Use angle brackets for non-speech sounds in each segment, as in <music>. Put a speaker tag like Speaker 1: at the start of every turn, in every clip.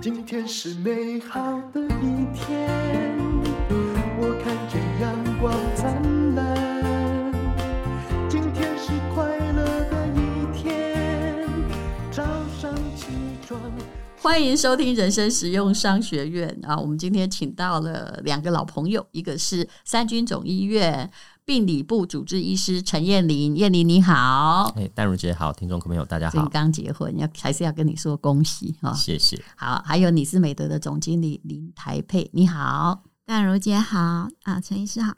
Speaker 1: 今天是美好的一天，我看见阳光灿烂。今天是快乐的一天，早上起床。
Speaker 2: 欢迎收听人生实用商学院啊！我们今天请到了两个老朋友，一个是三军总医院病理部主治医师陈燕玲，燕玲你好，
Speaker 3: 哎，淡如姐好，听众朋友大家
Speaker 2: 最近
Speaker 3: 好，
Speaker 2: 刚结婚，要还是要跟你说恭喜哈、
Speaker 3: 谢谢。
Speaker 2: 好，还有你是美德的总经理林台佩，你好。
Speaker 4: 淡如姐好啊，陈医师好。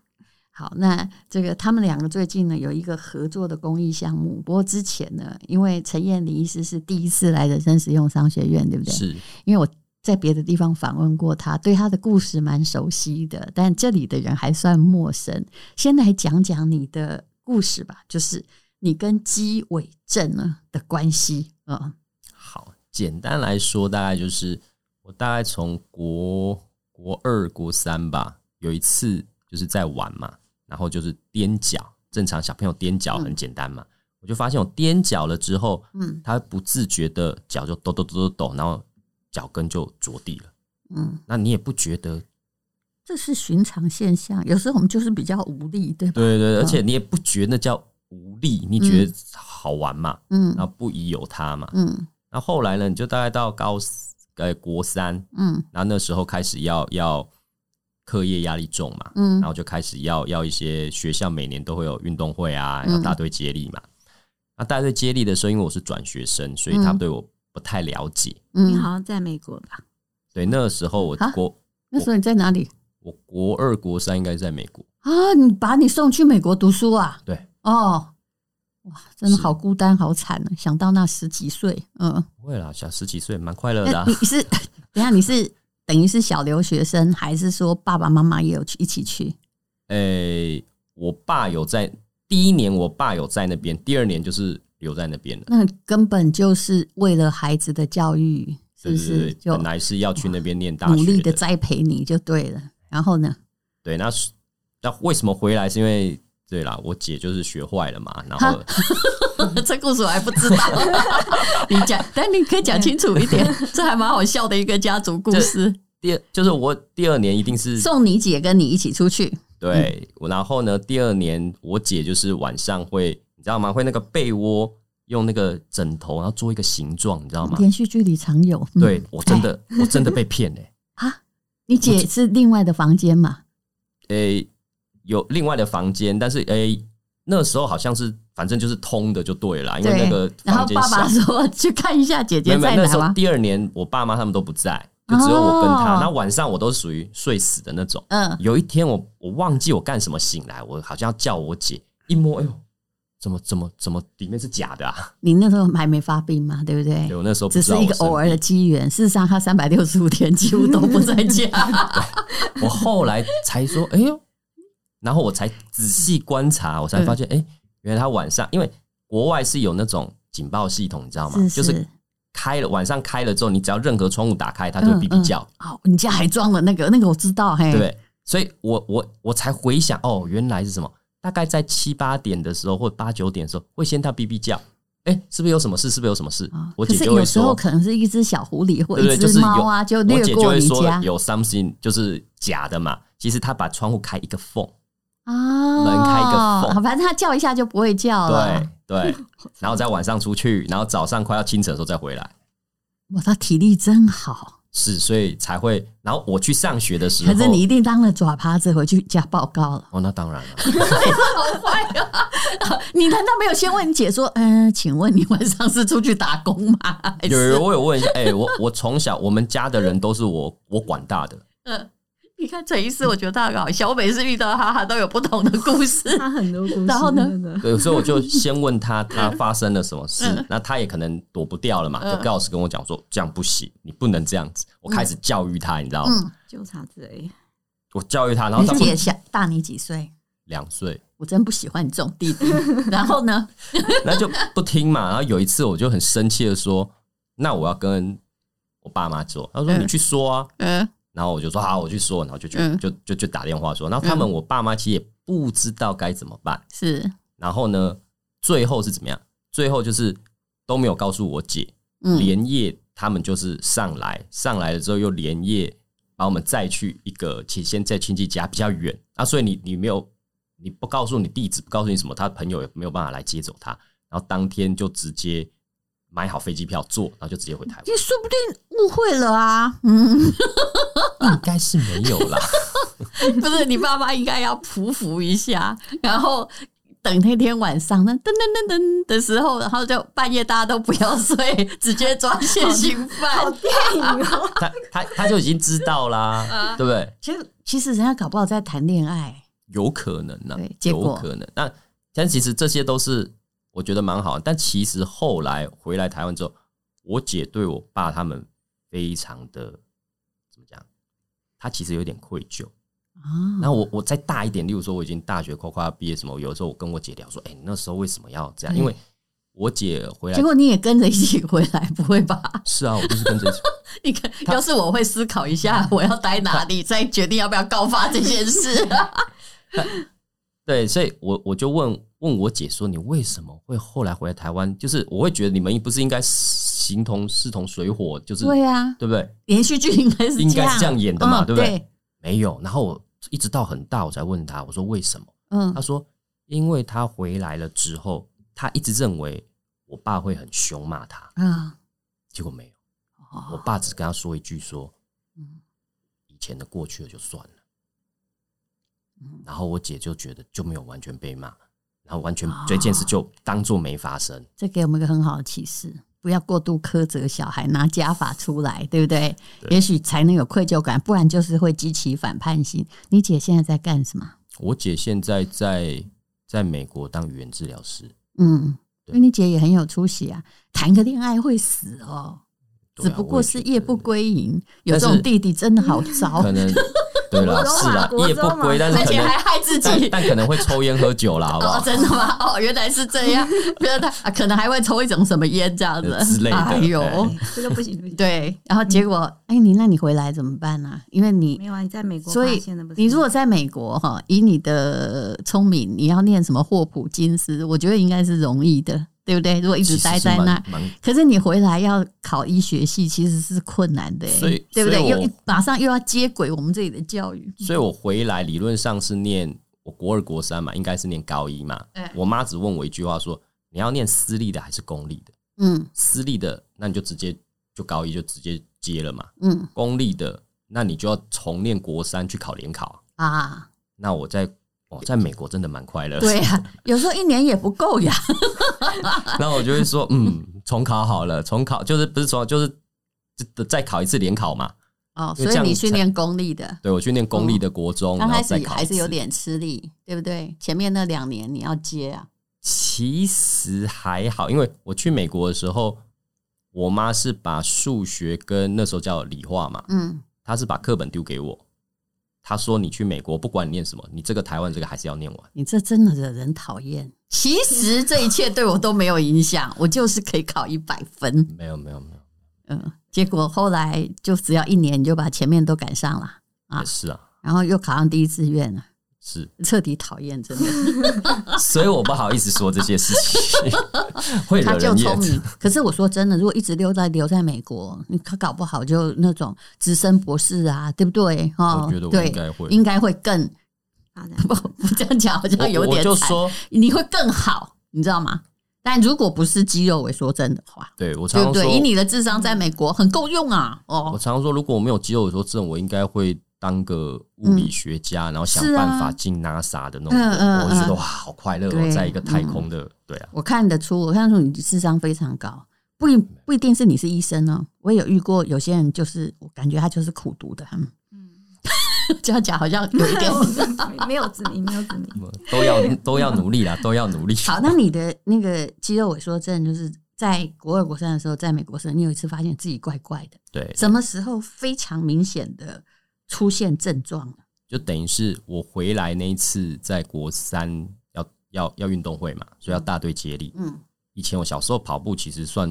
Speaker 2: 好，那这个他们两个最近呢有一个合作的公益项目，不过之前呢，因为陈燕玲医师是第一次来人生实用商学院，对不对？
Speaker 3: 是
Speaker 2: 因为我在别的地方访问过他，对他的故事蛮熟悉的，但这里的人还算陌生。先来讲讲你的故事吧，就是你跟鸡尾症呢的关系。嗯，
Speaker 3: 好，简单来说，大概就是我大概从国国二、国三吧，有一次就是在玩嘛，然后就是踮脚，正常小朋友踮脚很简单嘛，我就发现我踮脚了之后，
Speaker 2: 嗯
Speaker 3: 他不自觉的脚就抖抖抖抖抖，然后脚跟就着地了。
Speaker 2: 嗯，
Speaker 3: 那你也不觉得
Speaker 2: 这是寻常现象，有时候我们就是比较无力，对吧？
Speaker 3: 对对，而且你也不觉得那叫无力，你觉得好玩嘛，
Speaker 2: 嗯
Speaker 3: 然后不疑有他嘛。
Speaker 2: 嗯
Speaker 3: 那后来呢，你就大概到高四呃国三，
Speaker 2: 嗯
Speaker 3: 然后那时候开始要要课业压力重嘛，然
Speaker 2: 嗯
Speaker 3: 后就开始要要一些学校每年都会有运动会啊，
Speaker 2: 嗯
Speaker 3: 要大队接力嘛。那大队接力的时候，因为我是转学生，所以
Speaker 2: 嗯
Speaker 3: 他对我不太了解。
Speaker 4: 你好
Speaker 2: 嗯，
Speaker 4: 像在美国吧？
Speaker 3: 对，那时候我
Speaker 2: 啊
Speaker 3: 国
Speaker 2: 那时候你在哪里
Speaker 3: 我国二国三应该在美国，
Speaker 2: 啊？你把你送去美国读书啊？
Speaker 3: 对，
Speaker 2: 哦，哇，真的
Speaker 3: 是
Speaker 2: 好孤单，好惨啊！想到那十几岁，嗯。
Speaker 3: 不会啦，小十几岁蛮快乐的、
Speaker 2: 那
Speaker 3: 啊
Speaker 2: 你。是 <laughs> 等一下你是等于是小留学生，还是说爸爸妈妈也有去一起去？
Speaker 3: 诶、我爸有在第一年，我爸有在那边，第二年就是留在那边了。
Speaker 2: 那根本就是为了孩子的教育，是
Speaker 3: 对
Speaker 2: 不
Speaker 3: 对对
Speaker 2: 是？
Speaker 3: 对，
Speaker 2: 就
Speaker 3: 本来是要去那边念大
Speaker 2: 努
Speaker 3: 学
Speaker 2: 力的栽培你就对了。然后
Speaker 3: <laughs>
Speaker 2: 呢？
Speaker 3: 对，那是那为什么回来？是因为对啦，我姐就是学坏了嘛，然后
Speaker 2: 这故事我还不知道， <laughs> 你讲，但你可以讲清楚一
Speaker 3: <laughs>
Speaker 2: 点，这还蛮好笑的一个家族故事。
Speaker 3: 第二就是我第二年一定是
Speaker 2: 送嗯你姐跟你一起出去，
Speaker 3: 对，我然后呢，第二年我姐就是晚上会，你知道吗？会那个被窝用那个枕头，然后做一个形状，你知道吗？
Speaker 2: 连续剧里常有。嗯
Speaker 3: 对我真的，我真的被骗欸嘞、
Speaker 2: 啊，你姐是另外的房间嘛？
Speaker 3: 诶、有另外的房间，但是诶、那时候好像是反正就是通的就对了啦，因为
Speaker 2: 对
Speaker 3: 那个
Speaker 2: 然后
Speaker 3: 房间
Speaker 2: 爸爸
Speaker 3: 小
Speaker 2: 说 <laughs> 去看一下姐
Speaker 3: 没
Speaker 2: 姐
Speaker 3: 有没有，
Speaker 2: 在
Speaker 3: 那
Speaker 2: 哪
Speaker 3: 时候
Speaker 2: 吗？
Speaker 3: 第二年我爸妈他们都不在，就只有我跟他
Speaker 2: 哦。
Speaker 3: 那、晚上我都是属于睡死的那种。
Speaker 2: 嗯，
Speaker 3: 有一天我我忘记我干什么醒来，我好像要叫我姐，一摸，哎呦，怎么怎么怎么里面是假的啊？
Speaker 2: 你那时候还没发病嘛，对不对？
Speaker 3: 对我那时候不
Speaker 2: 哎只
Speaker 3: 知
Speaker 2: 是
Speaker 3: 道
Speaker 2: 一
Speaker 3: 我
Speaker 2: 个
Speaker 3: 生
Speaker 2: 偶尔的机缘，事实上他三百六十五天几乎都
Speaker 3: <laughs>
Speaker 2: 不在家。
Speaker 3: 病，我后来才说，哎呦，然后我才仔细观察，我才发现，
Speaker 2: 嗯
Speaker 3: 哎、原来他晚上因为国外是有那种警报系统，你知道吗？
Speaker 2: 是
Speaker 3: 就是是开了晚上开了之后，你只要任何窗户打开，它就会哔
Speaker 2: 嗯
Speaker 3: 哔
Speaker 2: 嗯
Speaker 3: 叫。
Speaker 2: 哦，你家还装了那个，那个我知道，嘿，
Speaker 3: 对不对？所以我我我才回想，哦，原来是什么？大概在七八点的时候，或八九点的时候，会先到哔哔叫，哎、是不是有什么事？是不是有什么事？
Speaker 2: 啊
Speaker 3: 我
Speaker 2: 可
Speaker 3: 姐
Speaker 2: 是
Speaker 3: 就
Speaker 2: 有
Speaker 3: 会
Speaker 2: 时候
Speaker 3: 说，
Speaker 2: 可能是一只小狐狸或
Speaker 3: 对不对？
Speaker 2: 一
Speaker 3: 就是
Speaker 2: 只猫啊，
Speaker 3: 有，我
Speaker 2: 掠
Speaker 3: 姐就
Speaker 2: 过
Speaker 3: 会
Speaker 2: 你
Speaker 3: 说
Speaker 2: 家
Speaker 3: 有 something 就是假的嘛。其实她把窗户开一个缝，
Speaker 2: 啊
Speaker 3: 门开一个缝
Speaker 2: 好反正它叫一下就不会叫了
Speaker 3: 对。对，然后在晚上出去，然后早上快要清晨的时候再回来，
Speaker 2: 哇，它体力真好，
Speaker 3: 是，所以才会。然后我去上学的时候，
Speaker 2: 可是你一定当了爪耙子回去家报告了。
Speaker 3: 哦，那当
Speaker 2: <laughs>
Speaker 3: 然了。
Speaker 2: 好坏啊！你难道没有先问你姐说，嗯、请问你晚上是出去打工吗？还
Speaker 3: 有
Speaker 2: 是
Speaker 3: 人我有问一下，哎、我我从小我们家的人都是我我管大的，
Speaker 2: 嗯你看陈医师，我觉得他很好笑。我每次遇到他，他都有不同的故 <laughs> 事。
Speaker 4: <laughs> 他很多故事。
Speaker 2: 然后呢
Speaker 4: 真的？
Speaker 3: 对，所以我就先问他他发生了什么事，
Speaker 2: 嗯
Speaker 3: 那他也可能躲不掉了嘛，就告诉跟我讲说这样不行，你不能这样子。我开始教育他，你知道吗？
Speaker 2: 嗯，
Speaker 4: 纠察队。
Speaker 3: 我教育他，然后
Speaker 2: 你
Speaker 3: 他
Speaker 2: 姐小大你几岁？
Speaker 3: 两岁，
Speaker 2: 我真不喜欢你这种 <laughs> 弟弟。然后呢？
Speaker 3: 那就不听嘛。然后有一次我就很生气的说，那我要跟我爸妈说，他说
Speaker 2: 嗯
Speaker 3: 你去说啊，
Speaker 2: <laughs> 嗯
Speaker 3: 然后我就说好，我去说，然后就去
Speaker 2: 嗯
Speaker 3: 就就就打电话说，然后他们我爸妈其实也不知道该怎么办，
Speaker 2: 是，
Speaker 3: 然后呢，最后是怎么样？最后就是都没有告诉我姐，
Speaker 2: 嗯
Speaker 3: 连夜他们就是上来，上来了之后又连夜把我们载去一个亲先在亲戚家比较远啊，所以你你没有你不告诉你地址，不告诉你什么，他朋友也没有办法来接走他，然后当天就直接买好飞机票坐，然后就直接回台湾。
Speaker 2: 你说不定误会了啊， <laughs> 嗯，
Speaker 3: 应该是没有啦，
Speaker 2: 不是，你爸爸应该要匍匐一下，然后等那天晚上那噔噔噔噔的时候，然后就半夜大家都不要睡，直接抓现行犯。
Speaker 3: <laughs> 他他他就已经知道 <laughs> 啦，对不对？
Speaker 2: 其实其实人家搞不好在谈恋爱，
Speaker 3: 有可能呢、
Speaker 2: 对结
Speaker 3: 有
Speaker 2: 果
Speaker 3: 可能。那但其实这些都是我觉得蛮好的，但其实后来回来台湾之后，我姐对我爸他们非常的怎么讲？她其实有点愧疚。
Speaker 2: 啊，
Speaker 3: 那我我再大一点，例如说我已经大学快快要毕业什么，有的时候我跟我姐聊说，哎、你那时候为什么要这样？
Speaker 2: 对
Speaker 3: 因为我姐回来
Speaker 2: 哎结果你也跟着一起回来，不会吧？
Speaker 3: 是啊，我就是
Speaker 2: <laughs>
Speaker 3: 跟着一起
Speaker 2: 你看，要是我会思考一下，我要待哪里，再决定要不要告发这件事。
Speaker 3: 对，所以我我就问问我姐说，你为什么会后来回来台湾？就是我会觉得你们不是应该形同势同水火，就
Speaker 2: <laughs>
Speaker 3: 是
Speaker 2: 对啊，
Speaker 3: 对不对？
Speaker 2: 连续剧应该是
Speaker 3: 应该是这样演的嘛，
Speaker 2: 嗯
Speaker 3: 对不对？？没有，然后我一直到很大我才问他，我说为什么？
Speaker 2: 嗯
Speaker 3: 他，说因为他回来了之后，他一直认为我爸会很凶骂他，
Speaker 2: 啊，
Speaker 3: 结果没有，我
Speaker 2: 哦
Speaker 3: 爸只跟他说一句说
Speaker 2: 嗯
Speaker 3: 以前的过去了就算了。
Speaker 2: 嗯
Speaker 3: 然后我姐就觉得就没有完全被骂，然后完全这件事
Speaker 2: 哦
Speaker 3: 就当做没发生。
Speaker 2: 这给我们一个很好的启示：不要过度苛责小孩，拿家法出来，对不对？
Speaker 3: 对
Speaker 2: 也许才能有愧疚感，不然就是会激起反叛心。你姐现在在干什么？
Speaker 3: 我姐现在在在美国当语言治疗师，
Speaker 2: 嗯，因
Speaker 3: 对
Speaker 2: 为你姐也很有出息啊，谈个恋爱会死哦，
Speaker 3: 对啊
Speaker 2: 只不过是夜不。归营。有这
Speaker 3: 但
Speaker 2: 种
Speaker 3: 是
Speaker 2: 弟弟真的好糟
Speaker 3: 我也觉得，可能
Speaker 2: <laughs>
Speaker 3: 对啦，
Speaker 4: 国中
Speaker 3: 是
Speaker 4: 嘛
Speaker 3: 啦，
Speaker 4: 国
Speaker 3: 夜
Speaker 4: 中
Speaker 3: 不
Speaker 4: 嘛
Speaker 3: 归，但是
Speaker 2: 而
Speaker 3: 可
Speaker 2: 且
Speaker 3: 能
Speaker 2: 还害自己
Speaker 3: 但。但可能会抽烟喝酒啦，好不
Speaker 2: 哦
Speaker 3: 好，？
Speaker 2: 真的
Speaker 3: <laughs>
Speaker 2: 吗？哦，原来是这样，不要他、啊、可能还会抽一种什么烟这样子
Speaker 3: 呃之类的
Speaker 2: 哎呦，
Speaker 3: 哎嗯
Speaker 4: 这个不行不行。，
Speaker 2: 对，然后结果，哎、你那你回来怎么办呢、因为
Speaker 4: 没
Speaker 2: 你，
Speaker 4: 有啊，你在美国
Speaker 2: 所
Speaker 4: 发
Speaker 2: 以
Speaker 4: 现的不是？
Speaker 2: 你如果在美国哈，以你的聪明，你要念什么霍普金斯，我觉得应该是容易的，对不对？如果一
Speaker 3: 一
Speaker 2: 直待在那。
Speaker 3: 蛮
Speaker 2: 可是你回来要考医学系，其实是困难的、哎
Speaker 3: 所以
Speaker 2: 对不
Speaker 3: 所
Speaker 2: 对？
Speaker 3: 以我
Speaker 2: 又马上又要接轨我们这里的教育，
Speaker 3: 所以我回来理论上是念我国二国三嘛，应该是念高一嘛
Speaker 2: 哎。
Speaker 3: 我妈只问我一句话说：“你要念私立的还是公立的？
Speaker 2: 嗯
Speaker 3: 私立的，那你就直接就高一就直接接了嘛。
Speaker 2: 嗯
Speaker 3: 公立的，那你就要重念国三去考联考啊。
Speaker 2: 啊，
Speaker 3: 那我在哦，在美国真的蛮快乐。
Speaker 2: 对啊呀、有时候一年也不够呀，
Speaker 3: <laughs> 那我就会说，嗯，重考好了，重考就是不是重考，就是再再考一次联考嘛。
Speaker 2: 哦，所
Speaker 3: 因为
Speaker 2: 以
Speaker 3: 这样
Speaker 2: 你训
Speaker 3: 才
Speaker 2: 练功利的，
Speaker 3: 对我去念公立的国中，
Speaker 2: 刚
Speaker 3: 然后
Speaker 2: 开
Speaker 3: 再
Speaker 2: 始
Speaker 3: 考一
Speaker 2: 还是有
Speaker 3: 次
Speaker 2: 点吃力，对不对？前面那两年你要接啊，
Speaker 3: 其实还好，因为我去美国的时候，我妈是把数学跟那时候叫理化嘛，
Speaker 2: 嗯，
Speaker 3: 她是把课本丢给我，她说你去美国不管你念什么，你这个台湾这个还是要念
Speaker 2: <laughs>
Speaker 3: 完。
Speaker 2: 你这真的惹人讨厌。其实这一切对我都没有影响，我就是可以考一百分。
Speaker 3: 没有没有没有，
Speaker 2: 嗯，结果后来就只要一年，你就把前面都赶上了，啊
Speaker 3: <laughs> 也是啊，
Speaker 2: 然后又考上第一志愿了，
Speaker 3: 是，
Speaker 2: 彻底讨厌，
Speaker 3: <laughs>
Speaker 2: 真的。
Speaker 3: 所以我不好意思说这些事情， <laughs> 会
Speaker 2: 他
Speaker 3: 惹
Speaker 2: 就
Speaker 3: 人
Speaker 2: 聪
Speaker 3: 厌。
Speaker 2: 明， <laughs> 可是我说真的，如果一直留在留在美国，你他搞不好就那种资深博士啊，对不对？哦，
Speaker 3: 我觉得我
Speaker 2: 对
Speaker 3: 应该会
Speaker 2: 应该会更
Speaker 4: 发展
Speaker 2: <laughs> 不不这样讲好
Speaker 3: 我
Speaker 2: 像有
Speaker 3: 我
Speaker 2: 点
Speaker 3: 就
Speaker 2: 惨
Speaker 3: 说，
Speaker 2: 你会更好，你知道吗？但如果不是肌肉萎缩症的话，
Speaker 3: 对我常
Speaker 2: 对不
Speaker 3: 常说，
Speaker 2: 对？以你的智商，在美国很够用啊！
Speaker 3: 我
Speaker 2: 哦，
Speaker 3: 常常说，如果我没有肌肉萎缩症，我应该会当个物理学家，然后想
Speaker 2: 是啊
Speaker 3: 办法进 NASA 的那种
Speaker 2: 嗯嗯
Speaker 3: 人。我就觉得
Speaker 2: 嗯
Speaker 3: 哇，好快乐
Speaker 2: 对嗯
Speaker 3: 哦，在一个太空的，对啊，
Speaker 2: 我看得出，我看得出你智商非常高，不一不一定是你是医生哦。我也有遇过有些人，就是我感觉他就是苦读的，嗯，
Speaker 4: 嗯，
Speaker 2: <laughs> 这样讲好像有一
Speaker 5: <laughs>
Speaker 2: 点。
Speaker 4: <laughs> 没有指名，没有指名。
Speaker 3: 都要 <laughs> 都要努力啦，都要努力。
Speaker 2: 好，那你的那个肌肉萎缩症，就是在国二国三的时候，在美国时，你有一次发现自己怪怪的，
Speaker 3: <laughs> 对，
Speaker 2: 什么时候非常明显的出现症状了？
Speaker 3: 就等于是我回来那一次，在国三要要要运动会嘛，所以要大队接力。
Speaker 2: 嗯
Speaker 3: 以前我小时候跑步其实算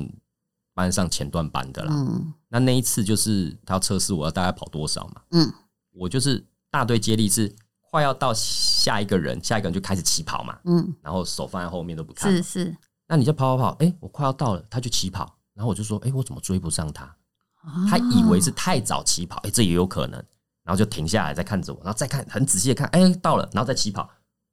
Speaker 3: 班上前段班的啦，
Speaker 2: 嗯
Speaker 3: 那那一次就是他要测试我要大概跑多少嘛，
Speaker 2: 嗯，
Speaker 3: 我就是大队接力是快要到下一个人，下一个人就开始起跑嘛，
Speaker 2: 嗯，
Speaker 3: 然后手放在后面都不看嘛。
Speaker 2: 是是。
Speaker 3: 那你就跑跑跑，哎、我快要到了，他就起跑，然后我就说，哎、我怎么追不上他？
Speaker 2: 啊
Speaker 3: 他以为是太早起跑，哎、这也有可能。然后就停下来再看着我，然后再看很仔细的看，哎、到了，然后再起跑，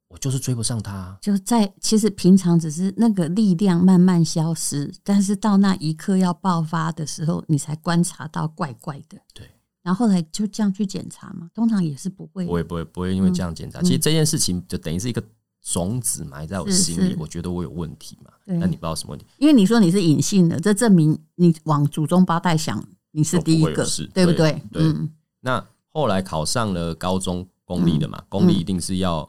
Speaker 3: 我就是追不上他啊。
Speaker 2: 就在其实平常只是那个力量慢慢消失，但是到那一刻要爆发的时候，你才观察到怪怪的。
Speaker 3: 对，
Speaker 2: 然后后来就这样去检查嘛，通常也是不会。
Speaker 3: 不会不会不会，因为这样检查，
Speaker 2: 嗯
Speaker 3: 其实这件事情就等于是一个种子埋在我
Speaker 2: 是
Speaker 3: 心里，
Speaker 2: 是
Speaker 3: 我觉得我有问题嘛，
Speaker 2: 对
Speaker 3: 但你不知道什么问题。
Speaker 2: 因为你说你是隐性的，这证明你往祖宗八代想，你是第一
Speaker 3: 都不会
Speaker 2: 个
Speaker 3: 有事，
Speaker 2: 对不
Speaker 3: 对
Speaker 2: 对？
Speaker 3: 对
Speaker 2: 嗯，
Speaker 3: 那后来考上了高中公立的嘛，
Speaker 2: 嗯
Speaker 3: 公立一定是要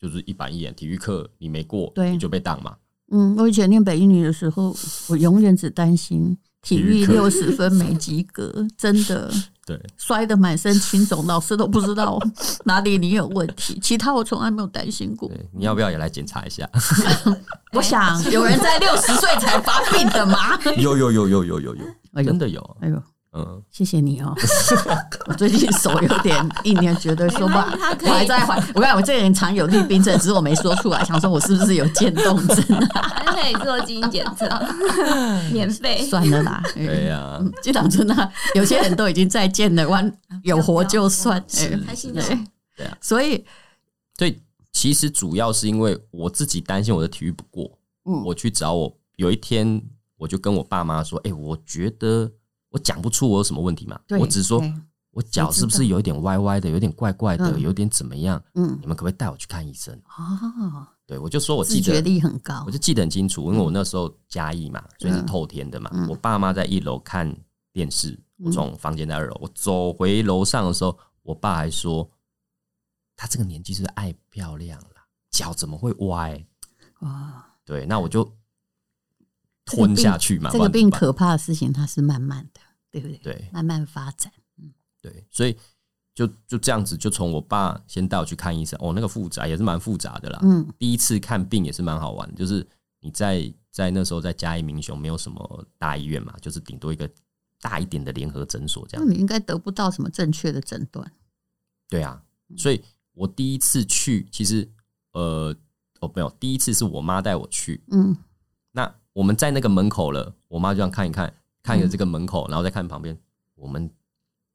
Speaker 3: 就是一板一眼，体育课你没过，
Speaker 2: 对
Speaker 3: 你就被当嘛。
Speaker 2: 嗯，我以前念北一女的时候，我永远只担心体
Speaker 3: 体育
Speaker 2: 育
Speaker 3: 课
Speaker 2: 六十分没及格，真的
Speaker 3: 对，
Speaker 2: 摔得满身青肿，老师都不知道 <laughs> 哪里你有问题。其他我从来没有担心过。
Speaker 3: 对，你要不要也来检查
Speaker 2: <laughs>
Speaker 3: 一下？
Speaker 2: <laughs> 我想有人在六十岁才发病的吗？
Speaker 3: 有有有有有有
Speaker 2: 哎
Speaker 3: 有，
Speaker 2: 呦
Speaker 3: 真的有，
Speaker 2: 哎呦，
Speaker 3: 嗯，
Speaker 2: 谢谢你哦！ <laughs> 我最近手有点硬，你觉得说吧
Speaker 4: 没关系他，可以
Speaker 2: 我还在怀。我跟你讲，我这个人常有绿病症，只是我没说出来，想说我是不是有渐冻症、
Speaker 4: 还可以做基因检
Speaker 2: <laughs>
Speaker 4: 测，免费。
Speaker 2: 算了啦，哎
Speaker 3: 对呀，
Speaker 2: 嗯，这党真的有些人都已经再见了，完有活就算。
Speaker 3: 是
Speaker 2: 哎
Speaker 4: 开心的，
Speaker 2: 对
Speaker 3: 对啊
Speaker 2: 所以
Speaker 3: 所以其实主要是因为我自己担心我的体育不过，
Speaker 2: 嗯
Speaker 3: 我去找我有一天我就跟我爸妈说，哎、我觉得我讲不出我有什么问题嘛，
Speaker 2: 对
Speaker 3: 我只说
Speaker 2: 对
Speaker 3: 我脚是不是有一点歪歪的，有点怪怪的，
Speaker 2: 嗯
Speaker 3: 有点怎么样？
Speaker 2: 嗯
Speaker 3: 你们可不可以带我去看医生？
Speaker 2: 哦，
Speaker 3: 对我就说我
Speaker 2: 自
Speaker 3: 记
Speaker 2: 觉
Speaker 3: 得，
Speaker 2: 力很高
Speaker 3: 我，就记得很清楚，因为我那时候嘉义嘛，所以是透天的嘛，
Speaker 2: 嗯
Speaker 3: 我爸妈在一楼看电视，我
Speaker 2: 嗯
Speaker 3: 从房间在二楼，我走回楼上的时候，我爸还说，他这个年纪是不是爱漂亮了，脚怎么会歪？
Speaker 2: 哇，
Speaker 3: 对，那我就
Speaker 2: 这个
Speaker 3: 吞
Speaker 2: 病
Speaker 3: 下去嘛。
Speaker 2: 这
Speaker 3: 不
Speaker 2: 个
Speaker 3: 然
Speaker 2: 病
Speaker 3: 怎么
Speaker 2: 可怕的事情，它是慢慢的，对不对？
Speaker 3: 办对
Speaker 2: 慢慢发展，
Speaker 3: 对，所以就就这样子，就从我爸先带我去看医生。哦，那个复杂也是蛮复杂的啦。
Speaker 2: 嗯
Speaker 3: 第一次看病也是蛮好玩的，就是你在在那时候在嘉义民雄没有什么大医院嘛，就是顶多一个大一点的联合诊所这
Speaker 2: 那
Speaker 3: 样。
Speaker 2: 你应该得不到什么正确的诊断，
Speaker 3: 对啊，所以我第一次去，其实呃，哦没有，第一次是我妈带我去，
Speaker 2: 嗯，
Speaker 3: 那我们在那个门口了，我妈就这样看一看，看着这个门口，然后再看旁边，我们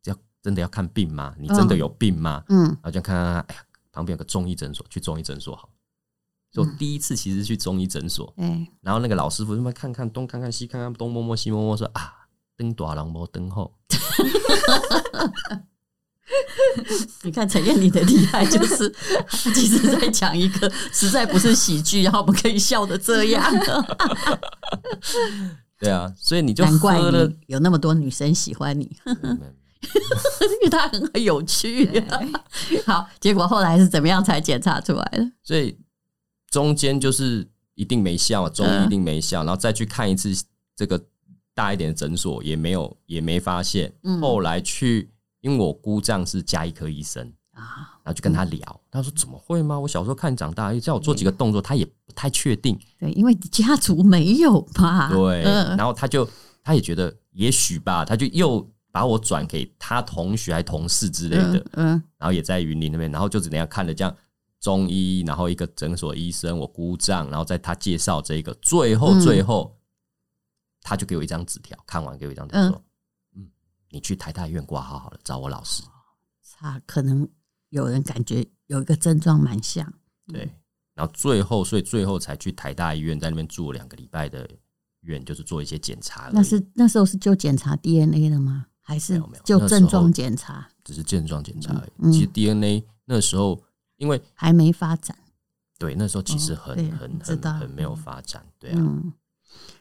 Speaker 3: 要真的要看病吗？你真的有病吗？
Speaker 2: 嗯
Speaker 3: 然后就看看看，哎呀，旁边有个中医诊所，去中医诊所好。所以我第一次其实去中医诊所，
Speaker 2: 哎，
Speaker 3: 然后那个老师傅他妈看看东看看西看看东摸摸西摸摸说啊，灯短郎摸灯后，
Speaker 2: 你看陈燕妮的厉害，就是她其实在讲一个实在不是喜剧，然后我们可以笑的这样，
Speaker 3: 对啊，所以 <laughs> 你就
Speaker 2: 难怪
Speaker 3: 喝
Speaker 2: <laughs>
Speaker 3: 了嗯
Speaker 2: 你，有那么多女生喜
Speaker 3: <laughs>
Speaker 2: 欢你。因为它很有趣、
Speaker 3: 啊
Speaker 4: 哎
Speaker 2: 好，结果后来是怎么样才检查出来的？
Speaker 3: 所以中间就是一定没效啊，中医
Speaker 2: 嗯
Speaker 3: 一定没效，然后再去看一次这个大一点的诊所也没有，也没发现。
Speaker 2: 嗯
Speaker 3: 后来去，因为我姑丈是加医科医生，
Speaker 2: 啊，
Speaker 3: 然后就跟他聊，他
Speaker 2: 嗯
Speaker 3: 说怎么会吗？我小时候看长大，叫我做几个动作，他也不太确定。
Speaker 2: 对，因为家族没有嘛，
Speaker 3: 对，
Speaker 2: 嗯
Speaker 3: 然后他就他也觉得也许吧，他就又。把我转给他同学还同事之类的，
Speaker 2: 嗯嗯，
Speaker 3: 然后也在云林那边，然后就只能看了这样中医，然后一个诊所医生，我姑丈，然后在他介绍这个，最后
Speaker 2: 嗯
Speaker 3: 最后、他就给我一张纸条，看完给我一张纸条说，嗯，你去台大医院挂号好了，找我老师。
Speaker 2: 差可能有人感觉有一个症状蛮像，
Speaker 3: 对，然后最后所以最后才去台大医院，在那边住了两个礼拜的院，就是做一些检查而已。
Speaker 2: 那是那时候是就检查 DNA 了吗？还
Speaker 3: 没
Speaker 2: 是
Speaker 3: 有没有
Speaker 2: 就症状检查
Speaker 3: 只是症状检查而已。
Speaker 2: 嗯嗯
Speaker 3: 其实 DNA 那时候因为
Speaker 2: 还没发展？
Speaker 3: 对那时候其实很、
Speaker 2: 哦对
Speaker 3: 很
Speaker 2: 知
Speaker 3: 很
Speaker 2: 道
Speaker 3: 很没有发展，对啊。
Speaker 2: 嗯，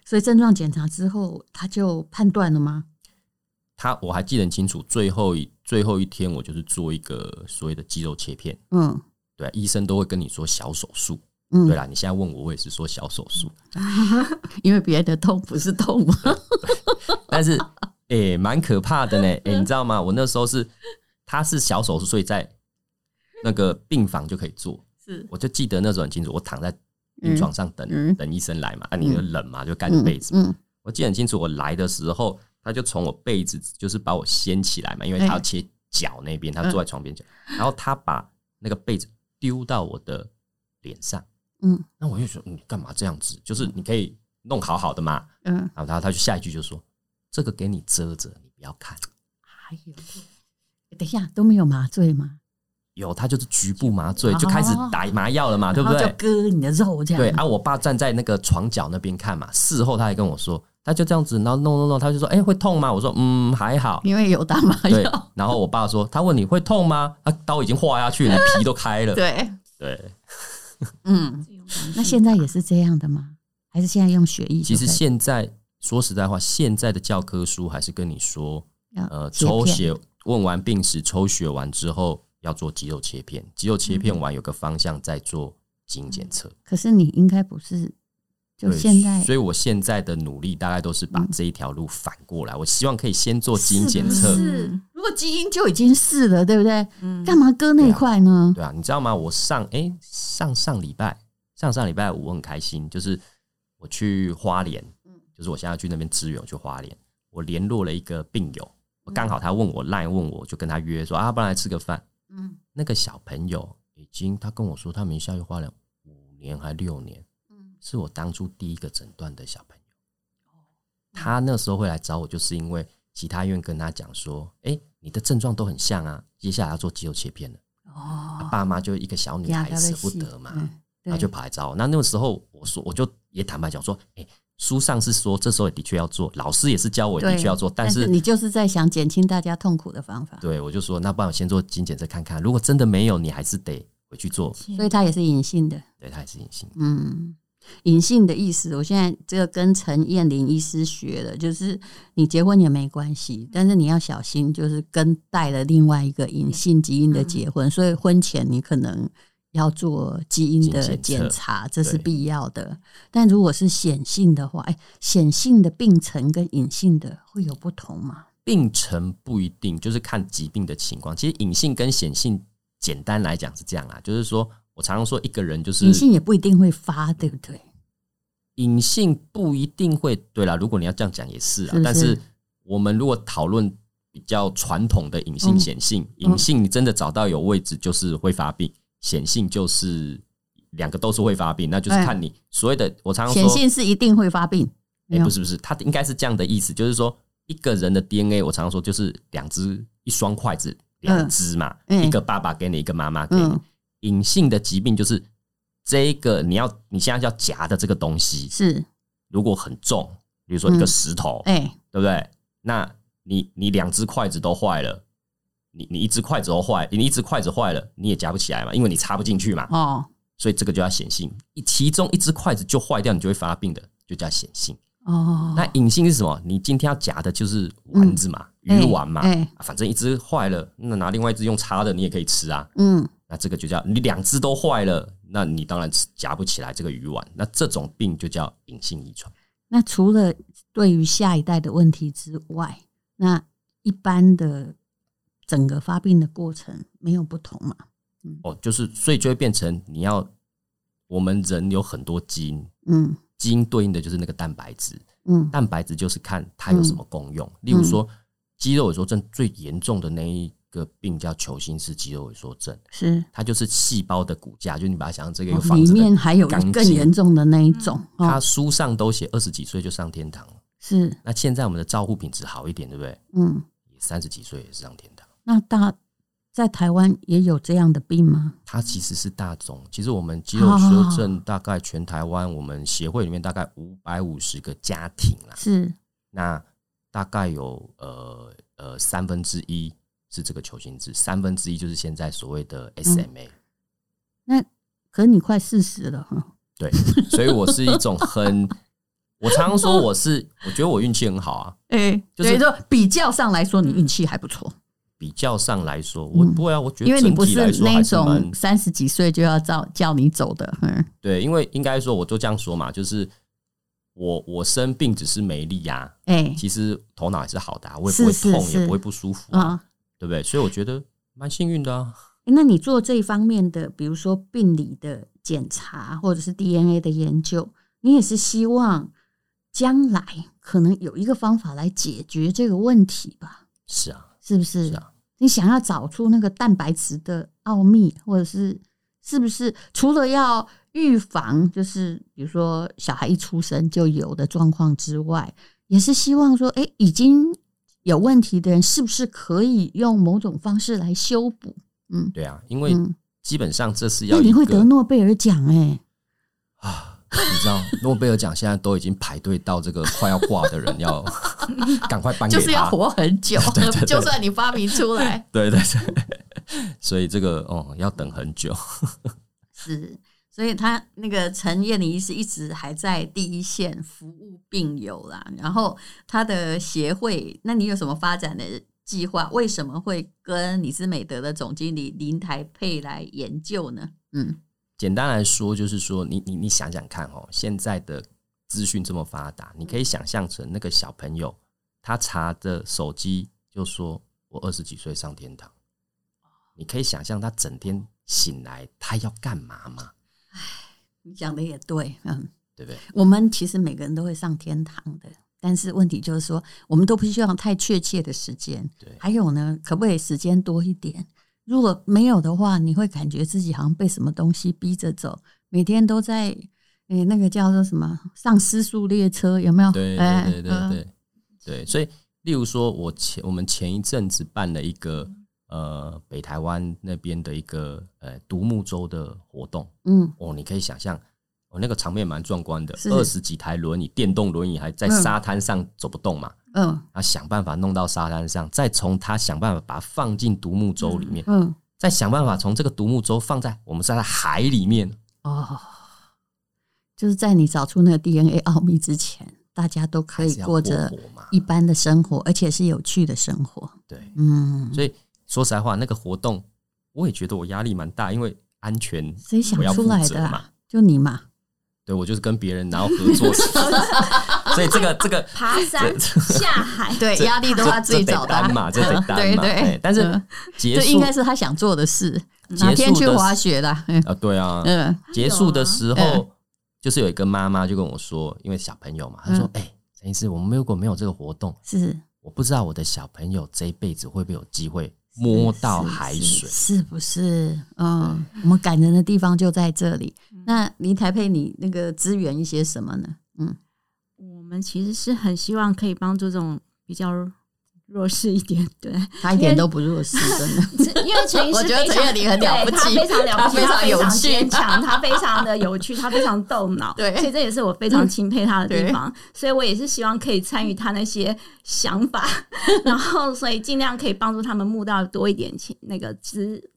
Speaker 2: 所以症状检查之后，他就判断了吗？
Speaker 3: 他我还记得很清楚，最后一最后一天我就是做一个所谓的肌肉切片，
Speaker 2: 嗯
Speaker 3: 对、啊，医生都会跟你说小手术，
Speaker 2: 嗯，
Speaker 3: 对啦，你现在问我，我也是说小手术，
Speaker 2: <laughs> 因为别人的痛不是痛
Speaker 3: <laughs>
Speaker 2: 嘛，嗯
Speaker 3: 但
Speaker 2: <laughs>
Speaker 3: 是诶，蛮、可怕的呢，诶、你知道吗？我那时候是他是小手术，所以在那个病房就可以做，
Speaker 2: 是
Speaker 3: 我就记得那时候很清楚，我躺在病床上等、
Speaker 2: 嗯嗯
Speaker 3: 等医生来嘛，啊，你就冷嘛，就盖着
Speaker 2: 嗯
Speaker 3: 被子嘛，
Speaker 2: 嗯
Speaker 3: 我记得很清楚，我来的时候，他就从我被子就是把我掀起来嘛，因为
Speaker 2: 哎
Speaker 3: 他要切脚那边，他坐
Speaker 2: 嗯
Speaker 3: 在床边角，然后他把那个被子丢到我的脸上，
Speaker 2: 嗯，
Speaker 3: 那我就说你干嘛这样子？就是你可以，弄好好的嘛。
Speaker 2: 嗯，
Speaker 3: 然后他他就下一句就说：“这个给你遮着，你不要看。
Speaker 2: 还有，等一下都没有麻醉吗？”
Speaker 3: 有，他就是局部麻醉，就开始打麻药了嘛，对不
Speaker 2: 哦然后
Speaker 3: 对
Speaker 2: 就？割你的肉这样。
Speaker 3: 对啊，我爸站在那个床角那边看嘛。事后他还跟我说，他就这样子，然后弄弄弄，他就说：“哎、会痛吗？”我说：“嗯，还好。”
Speaker 2: 因为有打麻
Speaker 3: 对
Speaker 2: 药。， <laughs>
Speaker 3: 然后我爸说：“他问你会痛吗？他刀已经划下去了，你皮都开了。
Speaker 2: 对，”
Speaker 3: 对，
Speaker 2: 嗯，那现在也是这样的吗？还是现在用血液
Speaker 3: 其
Speaker 2: 就可以？
Speaker 3: 实现在说实在话，现在的教科书还是跟你说，
Speaker 2: 要
Speaker 3: 呃，
Speaker 2: 切
Speaker 3: 抽
Speaker 2: 片
Speaker 3: 血问完病史，抽血完之后要做肌肉切片，肌肉切片完有个方向再做基因检测。
Speaker 2: 可是你应该不是，就
Speaker 3: 对，
Speaker 2: 现在
Speaker 3: 所以我现在的努力大概都是把
Speaker 2: 嗯
Speaker 3: 这一条路反过来，我希望可以先做基因检测
Speaker 4: 是。
Speaker 2: 是，如果基因就已经是了，对不对？
Speaker 4: 嗯
Speaker 2: 干嘛割那一块呢？
Speaker 3: 对啊，你知道吗？我上哎、上上礼拜上上礼拜五我很开心，就是我去花莲，就是我现在去那边支援，我去花莲，我联络了一个病友，我刚好他问我赖问我，我就跟他约说啊，不然来吃个饭。
Speaker 2: 嗯
Speaker 3: 那个小朋友已经他跟我说，他们下去花莲五年还六年，
Speaker 2: 嗯
Speaker 3: 是我当初第一个诊断的小朋友。他那时候会来找我，就是因为其他医院跟他讲说，哎、你的症状都很像啊，接下来要做肌肉切片了。他
Speaker 2: 哦，
Speaker 3: 爸妈就一个小女
Speaker 2: 压
Speaker 3: 孩
Speaker 2: 到
Speaker 3: 舍
Speaker 2: 的
Speaker 3: 不
Speaker 2: 细
Speaker 3: 得嘛，
Speaker 2: 嗯对
Speaker 3: 他就跑来找我。那那个时候，我说我就也坦白讲说，哎、书上是说这时候也的确要做，老师也是教我
Speaker 2: 对
Speaker 3: 的确要做，但
Speaker 2: 但
Speaker 3: 是
Speaker 2: 你就是在想减轻大家痛苦的方法，
Speaker 3: 对我就说，那不然我先做基因检测看看，如果真的没有，你还是得回去做。
Speaker 2: 所以它也是隐性的。
Speaker 3: 对他也是隐性，
Speaker 2: 嗯，隐性的意思，我现在这个跟陈燕玲医师学的，就是你结婚也没关系，但是你要小心，就是跟带了另外一个隐性基因的结
Speaker 3: 嗯
Speaker 2: 婚，所以婚前你可能要做基因的
Speaker 3: 基因检
Speaker 2: 检
Speaker 3: 测
Speaker 2: 查，这是
Speaker 3: 对
Speaker 2: 必要的。但如果是显性的话，哎，显性的病程跟隐性的会有不同吗？
Speaker 3: 病程不一定，就是看疾病的情况。其实隐性跟显性，简单来讲是这样啦，啊就是说我常常说一个人就是
Speaker 2: 隐性也不一定会发，对不对？
Speaker 3: 隐性不一定会对啦。如果你要这样讲也是
Speaker 2: 是
Speaker 3: 啊，
Speaker 2: 不是
Speaker 3: 但是我们如果讨论比较传统的隐性
Speaker 2: 嗯
Speaker 3: 显性，
Speaker 2: 嗯
Speaker 3: 隐、性你真的找到有位置就是会发病，显性就是两个都是会发病，那就是
Speaker 2: 哎
Speaker 3: 看你所谓的我常常
Speaker 2: 显
Speaker 3: 说，
Speaker 2: 性是一定会发病，没
Speaker 3: 哎、
Speaker 2: 有
Speaker 3: 不是不是，它应该是这样的意思，就是说一个人的 DNA，我常常说就是两只一双筷子，两只嘛，
Speaker 2: 嗯
Speaker 3: 一个爸爸给你，一个妈妈给你
Speaker 2: 嗯。
Speaker 3: 隐、性的疾病就是这个你要你现在要夹的这个东西，
Speaker 2: 是
Speaker 3: 如果很重，比如说一个
Speaker 2: 嗯
Speaker 3: 石头，
Speaker 2: 哎、
Speaker 3: 对不对？那你你两只筷子都坏了，你你一只筷子都坏，你一只筷子坏了，你也夹不起来嘛，因为你插不进去嘛，
Speaker 2: 哦
Speaker 3: 所以这个就叫显性。一其中一只筷子就坏掉，你就会发病的，就叫显性。
Speaker 2: 哦，
Speaker 3: 那隐性是什么？你今天要夹的就是丸子嘛，鱼丸嘛，
Speaker 2: 哎哎
Speaker 3: 啊反正一只坏了，那拿另外一只用插的，你也可以吃啊。
Speaker 2: 嗯。
Speaker 3: 那这个就叫你两只都坏了，那你当然吃夹不起来这个鱼丸。那这种病就叫隐性遗传。
Speaker 2: 那除了对于下一代的问题之外，那一般的整个发病的过程没有不同嘛？
Speaker 3: 哦，就是所以就会变成你要，我们人有很多基因，
Speaker 2: 嗯
Speaker 3: 基因对应的就是那个蛋白质，
Speaker 2: 嗯
Speaker 3: 蛋白质就是看它有什么功用。例如说，肌肉萎缩症最严重的那一个病叫球形式肌肉萎缩症，
Speaker 2: 是。
Speaker 3: 它就是细胞的骨架，就你把它想成这个一个
Speaker 2: 哦
Speaker 3: 房
Speaker 2: 里
Speaker 3: 子
Speaker 2: 面
Speaker 3: 的，
Speaker 2: 还有
Speaker 3: 钢
Speaker 2: 更
Speaker 3: 筋
Speaker 2: 严重的那一种，
Speaker 3: 它
Speaker 2: 哦，
Speaker 3: 书上都写二十几岁就上天堂了。
Speaker 2: 是
Speaker 3: 那现在我们的照护品质好一点，对不对？
Speaker 2: 嗯，
Speaker 3: 三十几岁也是上天堂。
Speaker 2: 那大在台湾也有这样的病吗？
Speaker 3: 它其实是大宗，其实我们肌肉修
Speaker 2: 哦
Speaker 3: 正大概全台湾，我们协会里面大概五百五十个家庭啦，
Speaker 2: 是
Speaker 3: 那大概有呃呃三分之一是这个球形质，三分之一就是现在所谓
Speaker 2: 嗯
Speaker 3: 的 SMA，、
Speaker 2: 那，可是你快四十了哈，
Speaker 3: 对，所以我是一种很，我常常说我是，我觉得我运气很好啊，
Speaker 2: 哎、
Speaker 3: 就是
Speaker 2: 所以说比较上来说，你运气还不错，
Speaker 3: 比较上来说，我
Speaker 2: 嗯
Speaker 3: 不会啊，我觉得
Speaker 2: 因为你
Speaker 3: 整
Speaker 2: 不
Speaker 3: 体
Speaker 2: 是
Speaker 3: 来说
Speaker 2: 那
Speaker 3: 还是
Speaker 2: 种
Speaker 3: 蛮
Speaker 2: 三十几岁就要叫叫你走的，嗯，
Speaker 3: 对，因为应该说我就这样说嘛，就是我我生病只是没力呀、啊，
Speaker 2: 哎、
Speaker 3: 其实头脑还是好的、啊，我也
Speaker 2: 是
Speaker 3: 不会
Speaker 2: 是
Speaker 3: 痛，
Speaker 2: 是
Speaker 3: 也不会不舒服啊，
Speaker 2: 啊，
Speaker 3: 对不对？所以我觉得蛮幸运的啊。
Speaker 2: 欸那你做这一方面的，比如说病理的检查，或者是 DNA 的研究，你也是希望将来可能有一个方法来解决这个问题吧？
Speaker 3: 是啊，
Speaker 2: 是不是？
Speaker 3: 是啊
Speaker 2: 你想要找出那个蛋白质的奥秘，或者是是不是除了要预防就是比如说小孩一出生就有的状况之外，也是希望说，哎、已经有问题的人是不是可以用某种方式来修补？嗯
Speaker 3: 对啊，因为
Speaker 2: 嗯，
Speaker 3: 基本上这是要
Speaker 2: 那
Speaker 3: 一
Speaker 2: 你
Speaker 3: 个
Speaker 2: 会得诺贝尔奖哎、
Speaker 3: 啊，你知道 <laughs> 诺贝尔奖现在都已经排队到这个快要挂的
Speaker 2: <laughs>
Speaker 3: 人要赶快颁给
Speaker 2: 就
Speaker 3: 他，
Speaker 2: 是要活很久，
Speaker 3: <laughs> 对对对
Speaker 2: 就算你发明出来，
Speaker 3: 对对对，所以这个哦要等很久，
Speaker 2: <laughs> 是，所以他那个陈燕妮医师一直还在第一线服务病友啦。然后他的协会，那你有什么发展的计划？为什么会跟李斯美德的总经理林台佩来研究呢？嗯，
Speaker 3: 简单来说，就是说你你你想想看哦，现在的资讯这么发达，你可以想象成那个小朋友，他查着手机就说“我二十几岁上天堂”，你可以想象他整天醒来他要干嘛吗？
Speaker 2: 你讲的也对，嗯，
Speaker 3: 对不对？
Speaker 2: 我们其实每个人都会上天堂的。但是问题就是说，我们都不希望太确切的时间。
Speaker 3: 对
Speaker 2: 还有呢，可不可以时间多一点？如果没有的话，你会感觉自己好像被什么东西逼着走，每天都在诶、那个叫做什么上失速列车，有没有？
Speaker 3: 对
Speaker 2: 哎
Speaker 3: 对对对
Speaker 2: 呃
Speaker 3: 对对，所以例如说，我前我们前一阵子办了一个呃北台湾那边的一个呃独木舟的活动
Speaker 2: 嗯，
Speaker 3: 哦，你可以想象。哦，那个场面蛮壮观的，
Speaker 2: 是
Speaker 3: 二十几台轮椅，电动轮椅还在
Speaker 2: 嗯
Speaker 3: 沙滩上走不动嘛，
Speaker 2: 嗯
Speaker 3: 然后想办法弄到沙滩上，再从他想办法把它放进独木舟里面，
Speaker 2: 嗯，
Speaker 3: 再想办法从这个独木舟放在我们是在海里面，
Speaker 2: 哦，就是在你找出那个 DNA 奥秘之前，大家都可
Speaker 3: 还
Speaker 2: 以
Speaker 3: 是要
Speaker 2: 过着
Speaker 3: 活嘛，
Speaker 2: 一般的生活，而且是有趣的生活。
Speaker 3: 对，
Speaker 2: 嗯，
Speaker 3: 所以说实在话，那个活动我也觉得我压力蛮大，因为安全
Speaker 2: 谁想
Speaker 3: 我要
Speaker 2: 出
Speaker 3: 负
Speaker 2: 来
Speaker 3: 责
Speaker 2: 的、
Speaker 3: 嘛
Speaker 2: 啊？就你嘛。
Speaker 3: 对我就是跟别人然后合
Speaker 2: <laughs>
Speaker 3: 作，所以这个这个
Speaker 4: 爬山、下海，
Speaker 2: 对，压力都他自己
Speaker 3: 这
Speaker 2: 找
Speaker 3: 得
Speaker 2: 的啊
Speaker 3: 担嘛，这得担
Speaker 2: <laughs>
Speaker 3: 嘛，
Speaker 2: 对
Speaker 3: 哎
Speaker 2: 对，
Speaker 3: 但是
Speaker 2: 嗯
Speaker 3: 结
Speaker 2: 这
Speaker 3: 束
Speaker 2: 应该是他想做的事。哪
Speaker 3: 结
Speaker 2: 天
Speaker 3: 束
Speaker 2: 去
Speaker 3: 的
Speaker 2: 滑雪啦？嗯
Speaker 3: <laughs> 啊，对啊，
Speaker 2: 嗯，
Speaker 3: 结束的时候，
Speaker 2: 嗯
Speaker 3: 就是有一个妈妈就跟我说，因为小朋友嘛，她
Speaker 2: 嗯
Speaker 3: 说：“哎、陈医师，我们如果没有这个活动，
Speaker 2: 是
Speaker 3: 我不知道我的小朋友这一辈子会不会有机会摸到
Speaker 2: 是
Speaker 3: 海
Speaker 2: 是
Speaker 3: 水。
Speaker 2: 是不是？嗯，我们感人的地方就在这里。那离台配你那个支援一些什么呢？嗯，
Speaker 5: 我们其实是很希望可以帮助这种比较弱势一点，对，
Speaker 2: 他一点都不弱势，真的。
Speaker 4: 因为陈医师
Speaker 2: 我觉得
Speaker 4: 非常
Speaker 2: 陈月玲很了不起
Speaker 4: 对他非常
Speaker 2: 他
Speaker 4: 了不起，
Speaker 2: 非常有趣
Speaker 4: 他非常
Speaker 5: 坚
Speaker 4: 坚强
Speaker 5: 强，他非常的有趣，他非常动脑，
Speaker 2: 对嗯
Speaker 5: 所以这也是我非常钦佩他的地方，所以我也是希望可以参与他那些想
Speaker 2: <laughs>
Speaker 5: 法，然后所以尽量可以帮助他们募到多一点钱那个资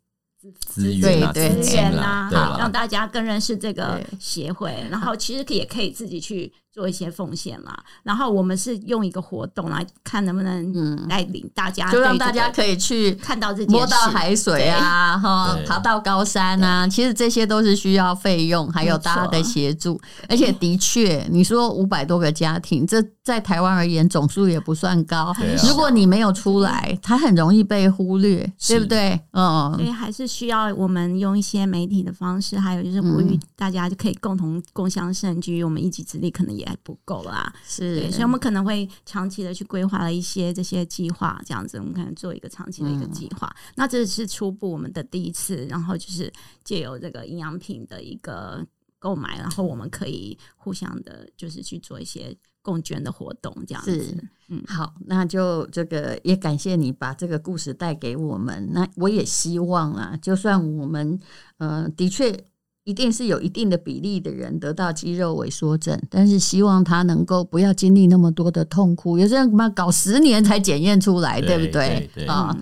Speaker 3: 资源啊，
Speaker 2: 对对
Speaker 3: 资
Speaker 5: 资
Speaker 3: 金
Speaker 5: 源
Speaker 3: 啊，
Speaker 5: 呐、
Speaker 3: 对
Speaker 5: 啊，
Speaker 3: 啦
Speaker 5: 让，大家更认识这个
Speaker 2: 对
Speaker 5: 协会，然后其实也可以自己去做一些奉献啦。然后我们是用一个活动来看能不
Speaker 2: 嗯
Speaker 5: 能带领大家，
Speaker 2: 就让大家可以去
Speaker 5: 看到这件
Speaker 2: 摸到
Speaker 5: 事
Speaker 2: 海水啊，哈
Speaker 3: 对，
Speaker 2: 爬到高山啊，其实这些都是需要费用，还有大家的协助。而且的确，你说五百多个家庭，这在台湾而言总数也不算高
Speaker 3: 对啊。
Speaker 2: 如果你没有出来，它很容易被忽略，
Speaker 3: 是
Speaker 2: 对不对？
Speaker 5: 所
Speaker 2: 嗯，
Speaker 5: 以还是需要我们用一些媒体的方式，还有就是呼
Speaker 2: 嗯
Speaker 5: 吁大家就可以共同共襄盛举，我们一己之力可能也不够啦。
Speaker 2: 是
Speaker 5: 对，所以我们可能会长期的去规划了一些这些计划，这样子我们可能做一个长期的一个
Speaker 2: 嗯
Speaker 5: 计划。那这是初步我们的第一次，然后就是借由这个营养品的一个购买，然后我们可以互相的，就是去做一些共捐的活动，这样
Speaker 2: 是
Speaker 5: 子。嗯
Speaker 2: 好，那就这个也感谢你把这个故事带给我们。那我也希望啊，就算我们呃的确一定是有一定的比例的人得到肌肉萎缩症，但是希望他能够不要经历那么多的痛苦。有些人嘛搞十年才检验出来，
Speaker 3: 对
Speaker 2: 对不对
Speaker 3: 对对？
Speaker 2: 啊、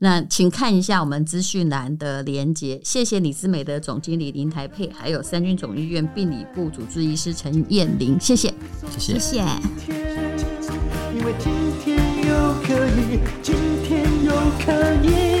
Speaker 2: 那请看一下我们资讯栏的连接。谢谢李思美的总经理林台佩，还有三军总医院病理部主治医师陈燕玲，谢谢。
Speaker 3: 谢谢。
Speaker 5: 谢谢。
Speaker 1: 天，因为今天又可以，今天又可以。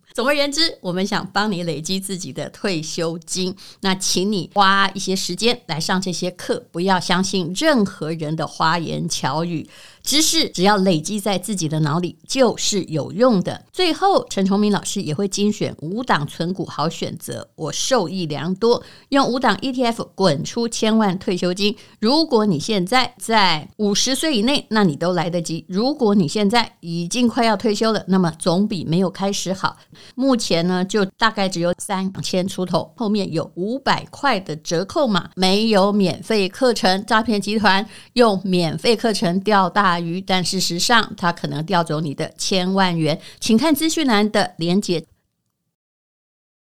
Speaker 2: 总而言之，我们想帮你累积自己的退休金，那请你花一些时间来上这些课，不要相信任何人的花言巧语。知识只要累积在自己的脑里，就是有用的。最后，陈崇明老师也会精选五档存股好选择，我受益良多。用五档 ETF 滚出千万退休金。如果你现在在五十岁以内，那你都来得及；如果你现在已经快要退休了，那么总比没有开始好。目前呢，就大概只有三千出头，后面有五百块的折扣码，没有免费课程。诈骗集团用免费课程钓大鱼，但事实上他可能钓走你的千万元。请看资讯栏的连接。